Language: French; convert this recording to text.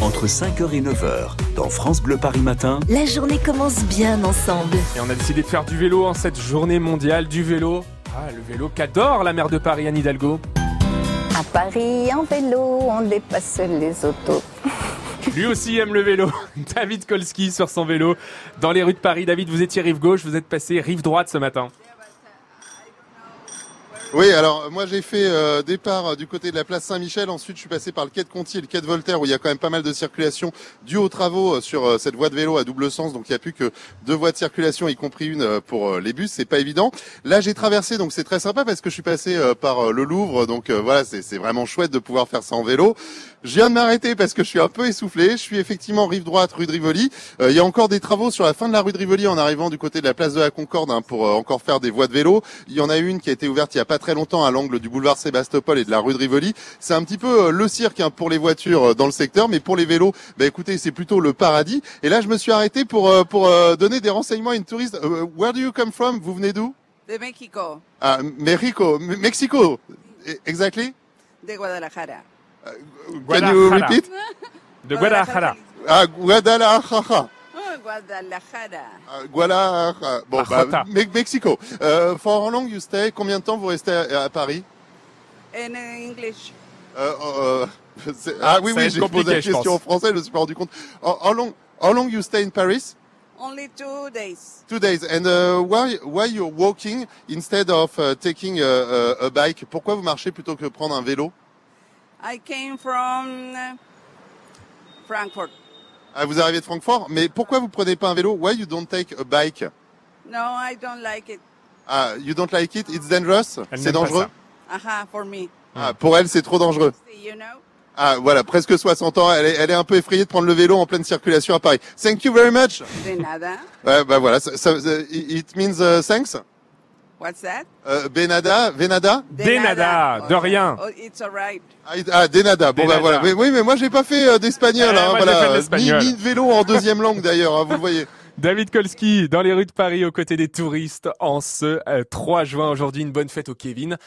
Entre 5h et 9h, dans France Bleu Paris Matin, La journée commence bien ensemble. Et on a décidé de faire du vélo en cette journée mondiale du vélo. Ah, le vélo qu'adore la maire de Paris, Anne Hidalgo. À Paris, en vélo, on dépasse les autos. Lui aussi aime le vélo. David Kolski sur son vélo. Dans les rues de Paris, David, vous étiez rive gauche, vous êtes passé rive droite ce matin. Oui, alors moi j'ai fait euh, départ euh, du côté de la place Saint-Michel, ensuite je suis passé par le quai de Conti et le quai de Voltaire où il y a quand même pas mal de circulation due aux travaux euh, sur euh, cette voie de vélo à double sens, donc il n'y a plus que deux voies de circulation, y compris une euh, pour euh, les bus, c'est pas évident. Là j'ai traversé, donc c'est très sympa parce que je suis passé euh, par euh, le Louvre, donc euh, voilà, c'est c'est vraiment chouette de pouvoir faire ça en vélo. Je viens de m'arrêter parce que je suis un peu essoufflé, je suis effectivement rive droite, rue de Rivoli. Euh, il y a encore des travaux sur la fin de la rue de Rivoli en arrivant du côté de la place de la Concorde hein, pour euh, encore faire des voies de vélo. Il y en a une qui a été ouverte il y a pas très longtemps à l'angle du boulevard Sébastopol et de la rue de Rivoli. C'est un petit peu euh, le cirque hein, pour les voitures euh, dans le secteur, mais pour les vélos, bah écoutez, c'est plutôt le paradis. Et là, je me suis arrêté pour euh, pour euh, donner des renseignements à une touriste. Euh, where do you come from Vous venez d'où de México, Ah, Mexico, M- Mexico. E- Exactly. de Guadalajara. Can you Guadalajara. repeat De Guadalajara. Ah, Guadalajara. Oh, Guadalajara. Euh, Voilà. euh, Bon, Ah, bah, Me- Mexico. Euh, for how long you stay Combien de temps vous restez à, à Paris En English, Euh, euh, c'est- Ah oui, Ça va oui, être j'ai compliqué, posé la je question pense. en français, je me suis pas rendu compte. How, how long, how long you stay in Paris only two days. Two days. And uh, why, why you're walking instead of uh, taking a, a- a bike Pourquoi vous marchez plutôt que prendre un vélo I came from uh, Frankfurt. ah, Vous arrivez de Francfort, mais pourquoi vous prenez pas un vélo Why you don't take a bike No, I don't like it. Ah, you don't like it It's dangerous. Elle C'est n'aime pas dangereux. ça. Aha, for me. Ah, pour elle, c'est trop dangereux. See, you know? Ah voilà, presque 60 ans, elle est, elle est un peu effrayée de prendre le vélo en pleine circulation à Paris. Thank you very much. De nada. Ouais, bah voilà, ça, ça- ça- it means uh, thanks. What's that? Euh, Benada, Venada. De nada, de rien. Oh, it's all right. Ah, it- ah, Denada. Bon Denada. bah voilà. Oui, oui, mais moi j'ai pas fait euh, d'espagnol Eh, hein, moi, j'ai fait de voilà. Ni, l'espagnol. ni de vélo en deuxième langue d'ailleurs, hein, vous le voyez. David Kolski dans les rues de Paris aux côtés des touristes en ce euh, 3 juin. Aujourd'hui, une bonne fête au Kevin.